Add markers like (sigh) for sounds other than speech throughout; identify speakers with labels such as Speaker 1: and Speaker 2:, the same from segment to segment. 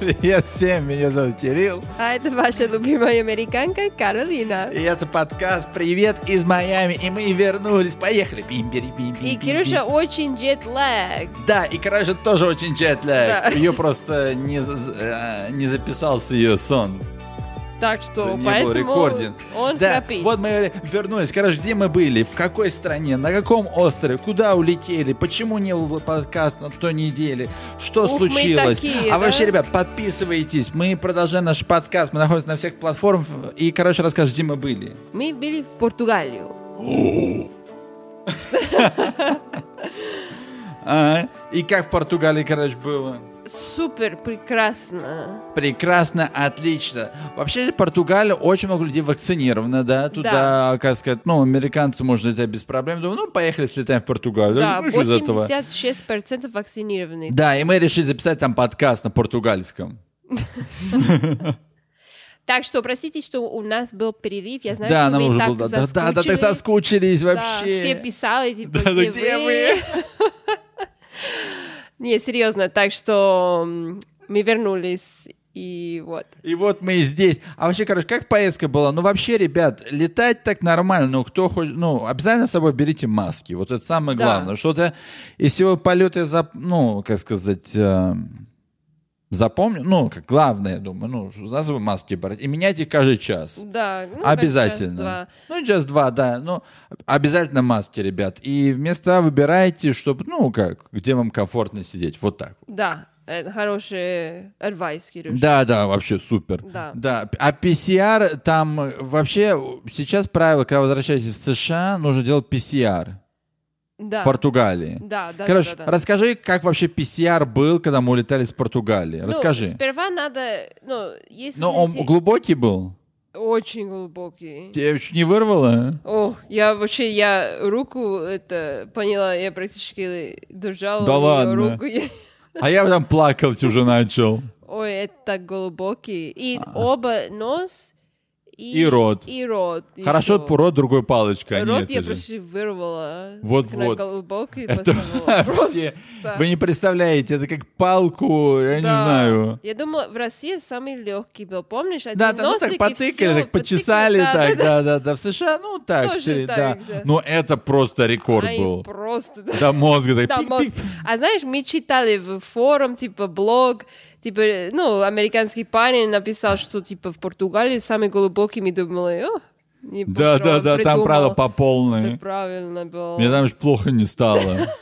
Speaker 1: Привет всем, меня зовут Кирилл.
Speaker 2: А это ваша любимая американка Каролина.
Speaker 1: И это подкаст «Привет из Майами», и мы вернулись. Поехали. бим бим бим
Speaker 2: И Кирюша очень джетлаг.
Speaker 1: Да, и Кирюша тоже очень
Speaker 2: Да.
Speaker 1: джетляк. Ее просто не, за- э, не записался ее сон.
Speaker 2: Так что,
Speaker 1: Не был
Speaker 2: поэтому
Speaker 1: рекорден.
Speaker 2: он
Speaker 1: Да,
Speaker 2: храпит.
Speaker 1: вот мы вернулись. Короче, где мы были? В какой стране? На каком острове? Куда улетели? Почему не был подкаст на той неделе? Что
Speaker 2: Ух, мы
Speaker 1: случилось?
Speaker 2: такие,
Speaker 1: а
Speaker 2: да?
Speaker 1: вообще, ребят, подписывайтесь. Мы продолжаем наш подкаст. Мы находимся на всех платформах. И, короче, расскажешь, где мы были.
Speaker 2: Мы были в Португалию.
Speaker 1: А? И как в Португалии, короче, было?
Speaker 2: Супер прекрасно.
Speaker 1: Прекрасно, отлично. Вообще, Португалия очень много людей вакцинировано, да? Туда, как сказать, ну, американцы, можно летать без проблем. Думаю, ну, поехали, слетаем в Португалию.
Speaker 2: Да,
Speaker 1: Ну, что из этого?
Speaker 2: 86% вакцинированных.
Speaker 1: Да, и мы решили записать там подкаст на португальском.
Speaker 2: Так что, простите, что у нас был перерыв. Я знаю,
Speaker 1: да,
Speaker 2: что
Speaker 1: нам
Speaker 2: вы
Speaker 1: уже
Speaker 2: так
Speaker 1: был... Да, да, да, да, так
Speaker 2: соскучились.
Speaker 1: соскучились
Speaker 2: Да,
Speaker 1: вообще.
Speaker 2: все писали, типа,
Speaker 1: (laughs) Да, ну
Speaker 2: где,
Speaker 1: где
Speaker 2: вы? Не, серьезно, так что м, мы вернулись, и вот.
Speaker 1: И вот мы и здесь. А вообще, короче, как поездка была? Ну, вообще, ребят, летать так нормально. Ну, кто хочет... Ну, обязательно с собой берите маски. Вот это самое
Speaker 2: Да.
Speaker 1: главное. Что-то из всего полета, зап... ну, как сказать... э, Запомню, ну, как главное, я думаю, ну, что за собой маски брать. И менять их каждый час.
Speaker 2: Да, ну, как
Speaker 1: Обязательно.
Speaker 2: раз, два.
Speaker 1: Ну, час два, да. Ну, обязательно маски, ребят. И вместо выбирайте, чтобы, ну, как, где вам комфортно сидеть. Вот так.
Speaker 2: Да, это хороший адвайс, Кирюш.
Speaker 1: Да, да, вообще супер.
Speaker 2: Да.
Speaker 1: А PCR там э, вообще э, сейчас правило, когда возвращаетесь в США, нужно делать PCR
Speaker 2: Да.
Speaker 1: в Португалии.
Speaker 2: Да, да,
Speaker 1: Короче,
Speaker 2: да, да, да.
Speaker 1: расскажи, как вообще PCR был, когда мы улетали с Португалии.
Speaker 2: Ну,
Speaker 1: Расскажи.
Speaker 2: сперва надо, ну, если...
Speaker 1: Но он
Speaker 2: лететь-
Speaker 1: глубокий был?
Speaker 2: Очень глубокий.
Speaker 1: Тебя чуть не вырвало? а?
Speaker 2: О, я вообще, я руку, это, поняла, я практически держала
Speaker 1: Да
Speaker 2: её
Speaker 1: ладно.
Speaker 2: руку. (laughs)
Speaker 1: А я там плакать уже начал.
Speaker 2: Ой, это так глубокий. И оба нос и...
Speaker 1: А. И рот.
Speaker 2: И рот. и
Speaker 1: Хорошо,
Speaker 2: всё.
Speaker 1: рот другой палочкой. а не
Speaker 2: Рот
Speaker 1: это
Speaker 2: я
Speaker 1: же.
Speaker 2: почти вырвала.
Speaker 1: Вот-вот.
Speaker 2: Она глубокий
Speaker 1: Это (laughs)
Speaker 2: поставила.
Speaker 1: вообще-
Speaker 2: Просто.
Speaker 1: Вы не представляете, это как палку, я не
Speaker 2: Да.
Speaker 1: знаю.
Speaker 2: Я думаю, в России самый легкий был, помнишь? Один
Speaker 1: Да, да, ну
Speaker 2: носик
Speaker 1: так
Speaker 2: и
Speaker 1: потыкали,
Speaker 2: всё,
Speaker 1: так почесали,
Speaker 2: потыкали,
Speaker 1: так, да, да, да. В США, ну так,
Speaker 2: Тоже
Speaker 1: все,
Speaker 2: так,
Speaker 1: да.
Speaker 2: да.
Speaker 1: Но это просто рекорд
Speaker 2: Ай,
Speaker 1: был. (laughs)
Speaker 2: просто, да.
Speaker 1: До мозга,
Speaker 2: Да,
Speaker 1: так.
Speaker 2: мозг.
Speaker 1: пик-пик.
Speaker 2: А знаешь, мы читали в форум, типа, блог, типа, ну, американский парень написал, что, типа, в Португалии самый глубокий, мы думали, о, не
Speaker 1: Да, да, да, там правда по полной.
Speaker 2: правильно было.
Speaker 1: Мне там же плохо не стало.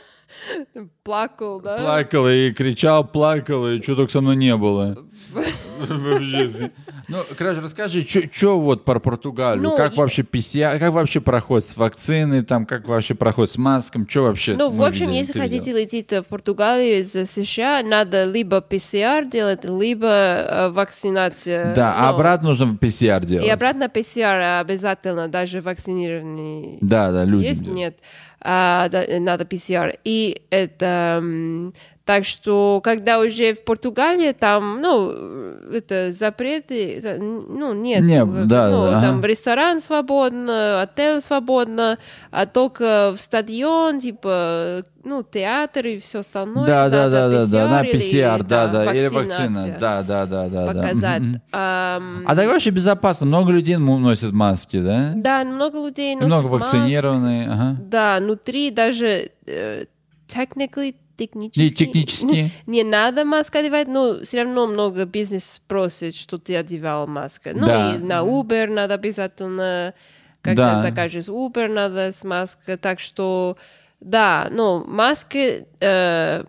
Speaker 2: Плакал, да?
Speaker 1: Плакал и кричал, плакал, и что только со мной не было. Вообще. Ну, короче, расскажи, что вот про Португалию?
Speaker 2: Ну,
Speaker 1: Как
Speaker 2: я-
Speaker 1: вообще PCR, как вообще проходит с вакциной, там, как вообще проходит с маском, что вообще?
Speaker 2: Ну,
Speaker 1: мы
Speaker 2: в общем,
Speaker 1: видели,
Speaker 2: если
Speaker 1: ты видела?
Speaker 2: хотите лететь в Португалию из США, надо либо PCR делать, либо э, вакцинация.
Speaker 1: Да, а
Speaker 2: Ну,
Speaker 1: обратно нужно PCR делать.
Speaker 2: И обратно PCR обязательно, даже вакцинированный.
Speaker 1: Да, да, люди.
Speaker 2: Есть?
Speaker 1: делают.
Speaker 2: Нет. А, да, э, надо PCR. И это... м, Так что, когда уже в Португалии, там, ну, э, это запреты, за- ну, нет.
Speaker 1: Не,
Speaker 2: э,
Speaker 1: да,
Speaker 2: ну,
Speaker 1: да,
Speaker 2: там
Speaker 1: ага.
Speaker 2: ресторан свободно, отель свободно, а только в стадион, типа, ну, театр и все остальное.
Speaker 1: Да, да, да,
Speaker 2: надо
Speaker 1: да, да, на
Speaker 2: Ну, или,
Speaker 1: PCR, да, да, или
Speaker 2: вакцинация
Speaker 1: вакцина, да, да, да, да, да.
Speaker 2: Показать.
Speaker 1: Мгм.
Speaker 2: Ам,
Speaker 1: А так вообще безопасно, много людей ну, носят маски, да?
Speaker 2: да, много людей носят
Speaker 1: Много
Speaker 2: маск.
Speaker 1: вакцинированные, ага.
Speaker 2: Да, внутри даже э, technically, технически,
Speaker 1: И технически.
Speaker 2: (laughs) Не, надо маску одевать, но все равно много бизнес просит, что ты одевал маску. Ну
Speaker 1: Да.
Speaker 2: и на Uber надо обязательно, когда
Speaker 1: Да.
Speaker 2: закажешь Uber, надо с маской. Так что, да, ну, маски... э,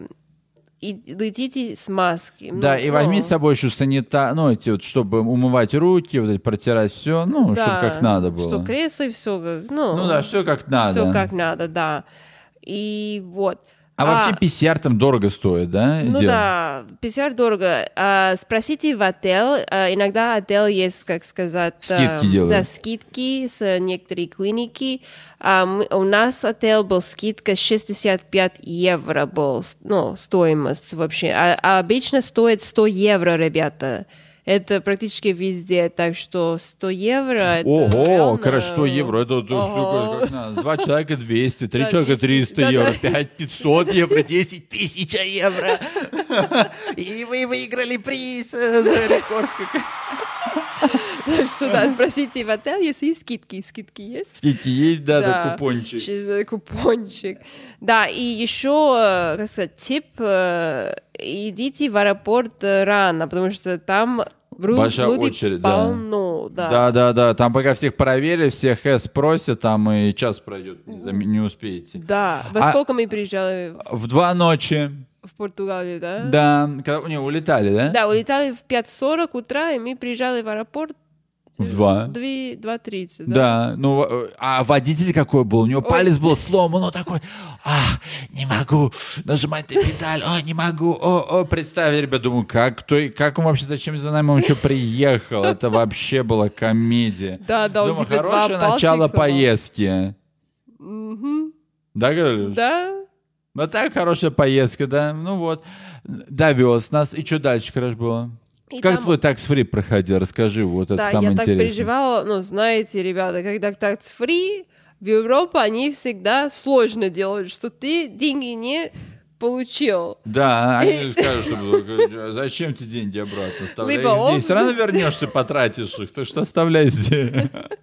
Speaker 2: и летите с маски. Ну,
Speaker 1: Да, и возьми с собой
Speaker 2: собой.
Speaker 1: еще санитар, ну, эти вот, чтобы умывать руки, вот эти, протирать все, ну, чтобы как надо было.
Speaker 2: Что кресло и все как, ну,
Speaker 1: Ну да, все как надо.
Speaker 2: все как надо, да. И вот.
Speaker 1: А вообще PCR там дорого стоит, да?
Speaker 2: Ну
Speaker 1: делать?
Speaker 2: да, PCR дорого. А, спросите в отель. А, иногда отель есть, как сказать... а,
Speaker 1: Скидки делают.
Speaker 2: Да, скидки с э, некоторой клиники. А, мы- у нас отель был скидка 65 евро был, ну, стоимость вообще. А, а обычно стоит 100 евро, ребята. Это практически везде, так что 100 евро... это
Speaker 1: Ого,
Speaker 2: реально-
Speaker 1: короче, 100 евро, это вот
Speaker 2: Ого.
Speaker 1: всё как надо. Два человека 200, три
Speaker 2: Да,
Speaker 1: человека
Speaker 2: 200,
Speaker 1: 300
Speaker 2: да-да.
Speaker 1: евро, 5 500
Speaker 2: (laughs)
Speaker 1: евро, 10 тысяч евро. (laughs) И вы выиграли приз. э, за
Speaker 2: (laughs)
Speaker 1: рекорд сколько.
Speaker 2: Так что да, спросите в отель, если есть скидки. Скидки есть?
Speaker 1: Скидки есть, да,
Speaker 2: Да.
Speaker 1: да, купончик.
Speaker 2: Через, э, купончик. Да, и еще, э, как сказать, тип, э, идите в аэропорт э, рано, потому что там вру-
Speaker 1: Большая
Speaker 2: люди
Speaker 1: очередь, да.
Speaker 2: полно, да.
Speaker 1: Да, да, да. Там пока всех проверили, всех э, спросят, там и час пройдет, не, зам- не успеете.
Speaker 2: Да. Во
Speaker 1: А-
Speaker 2: сколько мы приезжали
Speaker 1: В два ночи,
Speaker 2: в Португалию, да?
Speaker 1: да, когда- не, улетали, да?
Speaker 2: Да, улетали в 5.40 утра, и мы приезжали в аэропорт
Speaker 1: В два.
Speaker 2: 2, 2.30, да?
Speaker 1: Да, ну, э, а водитель какой был? У него палец был сломан, он такой, а, не могу нажимать на педаль, о, не могу, о, о, представь, ребят, думаю, как, кто, и- как он вообще, зачем за нами он еще приехал? Это вообще была комедия.
Speaker 2: Да, да, он
Speaker 1: Думаю,
Speaker 2: тебе два
Speaker 1: хорошее
Speaker 2: пальчика
Speaker 1: начало
Speaker 2: сломал.
Speaker 1: поездки.
Speaker 2: Мгм.
Speaker 1: Да, Галюш?
Speaker 2: Да.
Speaker 1: Ну, так хорошая поездка, да, ну вот. Довез нас, и что дальше, короче, было?
Speaker 2: И
Speaker 1: как
Speaker 2: там-
Speaker 1: твой такс-фри проходил? Расскажи, вот это
Speaker 2: Да,
Speaker 1: самое
Speaker 2: я так
Speaker 1: интересное.
Speaker 2: переживала, ну, знаете, ребята, когда так фри в Европе они всегда сложно делают, что ты деньги не получил.
Speaker 1: Да, а
Speaker 2: (laughs)
Speaker 1: они скажут, что «А зачем тебе деньги обратно? Оставляй
Speaker 2: Либо
Speaker 1: их
Speaker 2: он-
Speaker 1: здесь. Рано вернешься, потратишь их, так что оставляй здесь.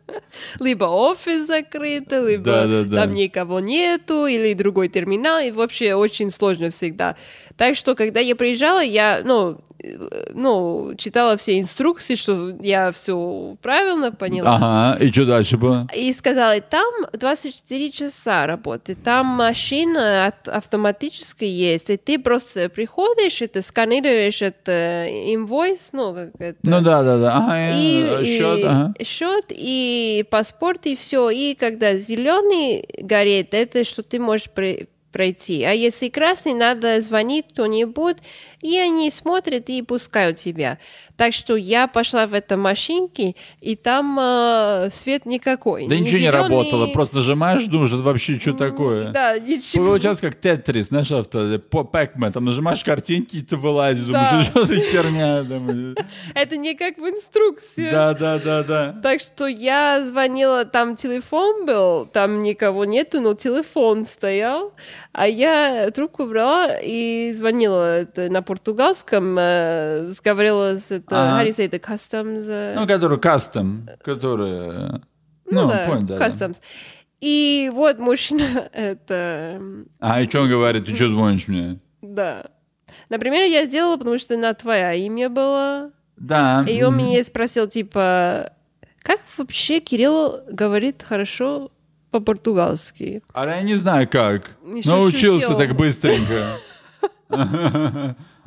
Speaker 2: (laughs) Либо офис закрыт, либо
Speaker 1: Да-да-да.
Speaker 2: там никого нету, или другой терминал, и вообще очень сложно всегда. Так что, когда я приезжала, я, ну, э, ну, читала все инструкции, что я все правильно поняла.
Speaker 1: Ага, и что дальше было?
Speaker 2: И сказали, там 24 часа работы, там машина от- автоматически есть, и ты просто приходишь, и ты сканируешь это инвойс, ну, как это...
Speaker 1: Ну да, да, да. Ага,
Speaker 2: И,
Speaker 1: э,
Speaker 2: и
Speaker 1: счет, ага.
Speaker 2: счет, и паспорт, и все. И когда зеленый горит, это что ты можешь при- пройти. А если красный, надо звонить кто-нибудь, и они смотрят и пускают тебя. Так что я пошла в этой машинке, и там э, свет никакой.
Speaker 1: Да
Speaker 2: Ни
Speaker 1: ничего не
Speaker 2: зелёный,
Speaker 1: работало, просто нажимаешь, думаешь, это вообще что
Speaker 2: м,
Speaker 1: такое?
Speaker 2: Да, ничего.
Speaker 1: Вот сейчас как Тетрис, знаешь, авто, э, по Пэкмен, там нажимаешь картинки, и ты вылазишь,
Speaker 2: Да.
Speaker 1: думаешь, что за херня.
Speaker 2: (laughs)
Speaker 1: там.
Speaker 2: Это не как в инструкции.
Speaker 1: Да, да, да, да.
Speaker 2: Так что я звонила, там телефон был, там никого нету, но телефон стоял, а я трубку брала и звонила это на португальском, э, говорила с это,
Speaker 1: Ага.
Speaker 2: how do you say the customs, э,
Speaker 1: Ну, который кастом, который... э,
Speaker 2: ну
Speaker 1: Ну,
Speaker 2: да,
Speaker 1: понял, да, да.
Speaker 2: customs. И вот мужчина, (laughs) это, м,
Speaker 1: А, и что он говорит, ты что звонишь мне?
Speaker 2: да. Например, я сделала, потому что на твое имя было,
Speaker 1: Да.
Speaker 2: и он
Speaker 1: мгм.
Speaker 2: меня спросил, типа, как вообще Кирилл говорит хорошо по-португальски?
Speaker 1: А я не знаю как.
Speaker 2: Ещё
Speaker 1: Научился
Speaker 2: шутил.
Speaker 1: так быстренько. (laughs)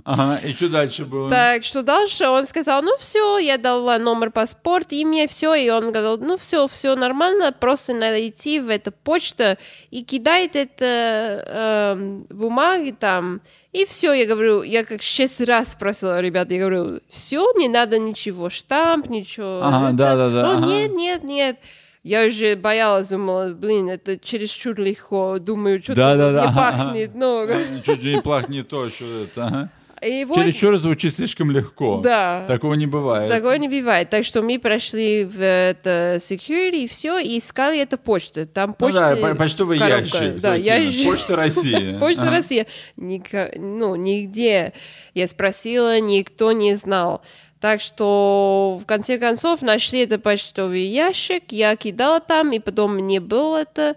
Speaker 1: Ага, и что дальше было?
Speaker 2: Так что дальше он сказал, ну все, я дала номер паспорт, имя, все, и он говорил, ну все, все нормально, просто надо идти в эту почту и кидает это эм, бумаги там, и все, я говорю, я как шесть раз спросила ребят, я говорю, все, не надо ничего, штамп, ничего.
Speaker 1: Ага,
Speaker 2: это».
Speaker 1: да-да-да,
Speaker 2: «Ну,
Speaker 1: ага.
Speaker 2: нет, нет, нет. Я уже боялась, думала, блин, это чересчур легко, думаю, что-то
Speaker 1: Да-да-да,
Speaker 2: не
Speaker 1: ага,
Speaker 2: пахнет, ну.
Speaker 1: А, Чуть не плах не то, что это. ага.
Speaker 2: И вот,
Speaker 1: Чересчур звучит слишком легко.
Speaker 2: да.
Speaker 1: Такого не бывает.
Speaker 2: Такое не бывает. Так что мы прошли в это security и все, и искали это почту. Там
Speaker 1: Ну
Speaker 2: почта...
Speaker 1: да, по- почтовый
Speaker 2: коробка.
Speaker 1: ящик.
Speaker 2: Да,
Speaker 1: такие,
Speaker 2: ящик.
Speaker 1: Почта России.
Speaker 2: (laughs) Почта
Speaker 1: Ага.
Speaker 2: России. Ника- Ну, нигде. Я спросила, никто не знал. Так что, в конце концов, нашли этот почтовый ящик, я кидала там, и потом мне был это,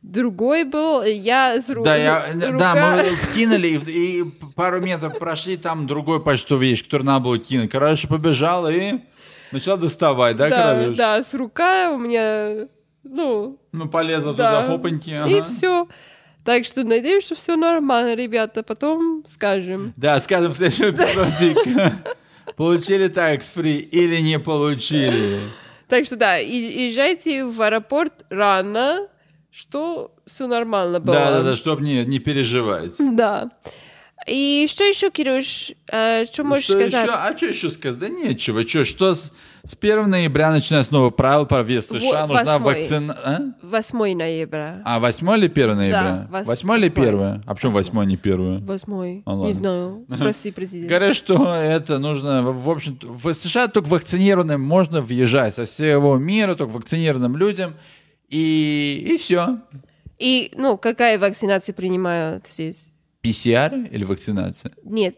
Speaker 2: другой был, и я с ру-
Speaker 1: Да, я, э,
Speaker 2: рука...
Speaker 1: да, мы (laughs) кинули, и, и пару метров прошли, там другой почтовый ящик, который надо было кинуть. Короче, побежала и начала доставать, да,
Speaker 2: (laughs) да,
Speaker 1: королёш?
Speaker 2: да, с рука у меня, ну,
Speaker 1: Ну, полезла
Speaker 2: Да.
Speaker 1: туда, хопаньки.
Speaker 2: И
Speaker 1: ага.
Speaker 2: все. Так что надеюсь, что все нормально, ребята. Потом скажем.
Speaker 1: Да, скажем в следующем
Speaker 2: (laughs)
Speaker 1: эпизоде. Получили такс-фри или не получили?
Speaker 2: Так что да, и- езжайте в аэропорт рано, что все нормально было.
Speaker 1: Да-да-да, чтобы не, не переживать.
Speaker 2: Да. И что еще, Кирюш, э, что можешь
Speaker 1: Ну, Что
Speaker 2: сказать?
Speaker 1: еще? А что еще сказать? Да нечего. Что, что с, с 1 ноября начинается новое правило про вес США.
Speaker 2: Во-
Speaker 1: нужна
Speaker 2: восьмой.
Speaker 1: вакцина... А?
Speaker 2: 8 ноября.
Speaker 1: А, 8 или 1 ноября?
Speaker 2: вос-
Speaker 1: 8 или
Speaker 2: восьмое.
Speaker 1: 1? А почему 8 не 1?
Speaker 2: 8.
Speaker 1: А,
Speaker 2: Не
Speaker 1: ладно. (laughs)
Speaker 2: знаю. Спроси президента.
Speaker 1: Говорят, что это нужно, в в общем, в США только вакцинированным можно въезжать со всего мира, только вакцинированным людям, и, и все.
Speaker 2: И, ну, какая вакцинация принимают здесь?
Speaker 1: ПСР или вакцинация?
Speaker 2: Нет,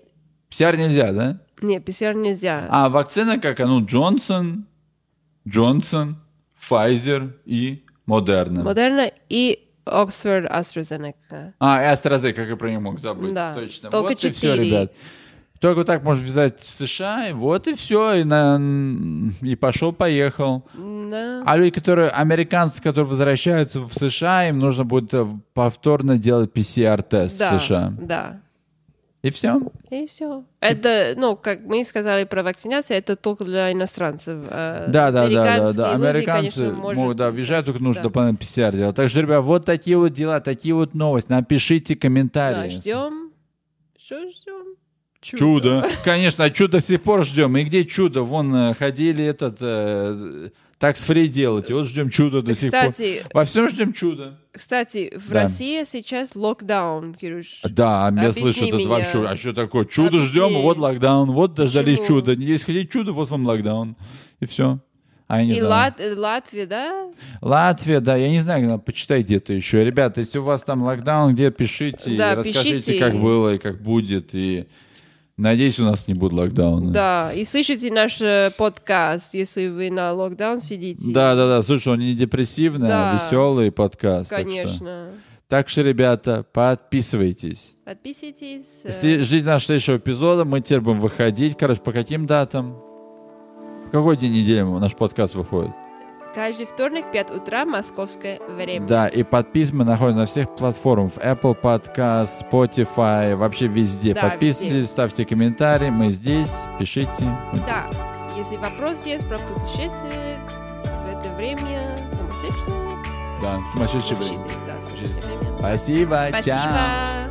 Speaker 1: ПСР нельзя, да?
Speaker 2: нет, PCR нельзя.
Speaker 1: А вакцина как? а, Ну, Джонсон, Джонсон, Pfizer и Модерна.
Speaker 2: Модерна и Оксфорд AstraZeneca.
Speaker 1: А, и AstraZeneca, как я про нее мог забыть.
Speaker 2: Да,
Speaker 1: Точно.
Speaker 2: только
Speaker 1: вот и все,
Speaker 2: четыре.
Speaker 1: ребят. Только вот так можно вязать в США, и вот и все, и, на... и пошел-поехал.
Speaker 2: Да.
Speaker 1: А люди, которые, американцы, которые возвращаются в США, им нужно будет э, повторно делать PCR-тест
Speaker 2: да,
Speaker 1: в США.
Speaker 2: Да.
Speaker 1: И все.
Speaker 2: И все. Это, ну, как мы сказали про вакцинацию, это только для иностранцев. а
Speaker 1: Да, да, да, да, да.
Speaker 2: американские люди,
Speaker 1: Американцы
Speaker 2: конечно, может-
Speaker 1: могут, да, въезжают, только нужно
Speaker 2: Да.
Speaker 1: дополнительно PCR делать. Так что, ребят, вот такие вот дела, такие вот новости. Напишите
Speaker 2: Да,
Speaker 1: комментарии.
Speaker 2: ждем. Что ждем?
Speaker 1: Чудо. Конечно, а чудо до сих пор ждем. И где чудо? Вон э, ходили этот э, такс-фри делать. И вот ждем чудо до сих пор.
Speaker 2: Кстати,
Speaker 1: Во всем ждем чудо.
Speaker 2: кстати, в
Speaker 1: Да. А
Speaker 2: России сейчас локдаун, Кирюш.
Speaker 1: Да, я
Speaker 2: Объясни
Speaker 1: слышу тут
Speaker 2: меня.
Speaker 1: вообще, а что такое? Чудо
Speaker 2: Объясни.
Speaker 1: ждем, вот локдаун, вот дождались
Speaker 2: Почему?
Speaker 1: чуда. Если хотите чудо, вот вам локдаун. И все. А я не
Speaker 2: И
Speaker 1: знаю.
Speaker 2: Лат- э, Латвия, да?
Speaker 1: Латвия, да, я не знаю, надо почитать где-то еще. Ребята, если у вас там локдаун, где пишите, и
Speaker 2: Да,
Speaker 1: расскажите,
Speaker 2: пишите.
Speaker 1: как было и как будет. И надеюсь, у нас не будет локдауна.
Speaker 2: Да. И слышите наш э, подкаст, если вы на локдаун сидите.
Speaker 1: Да, да, да. Слушай, он не депрессивный, а
Speaker 2: Да.
Speaker 1: веселый подкаст. так что-
Speaker 2: Конечно.
Speaker 1: Так что, ребята, подписывайтесь.
Speaker 2: Подписывайтесь. э,
Speaker 1: Если ждите нашего следующего эпизода, мы теперь будем выходить. Короче, по каким датам? В какой день недели наш подкаст выходит?
Speaker 2: Каждый вторник, 5 утра, московское время.
Speaker 1: Да, и подпис мы находим на всех платформах. В Apple Podcast, Spotify, вообще везде.
Speaker 2: Да,
Speaker 1: Подписывайтесь,
Speaker 2: везде.
Speaker 1: ставьте комментарии. Мы здесь, пишите.
Speaker 2: Да, с- если вопрос есть про путешествие в это время, сумасшедшее,
Speaker 1: Да, сумасшедшее время.
Speaker 2: да, сумасшедшее время.
Speaker 1: Спасибо,
Speaker 2: Спасибо.
Speaker 1: чао.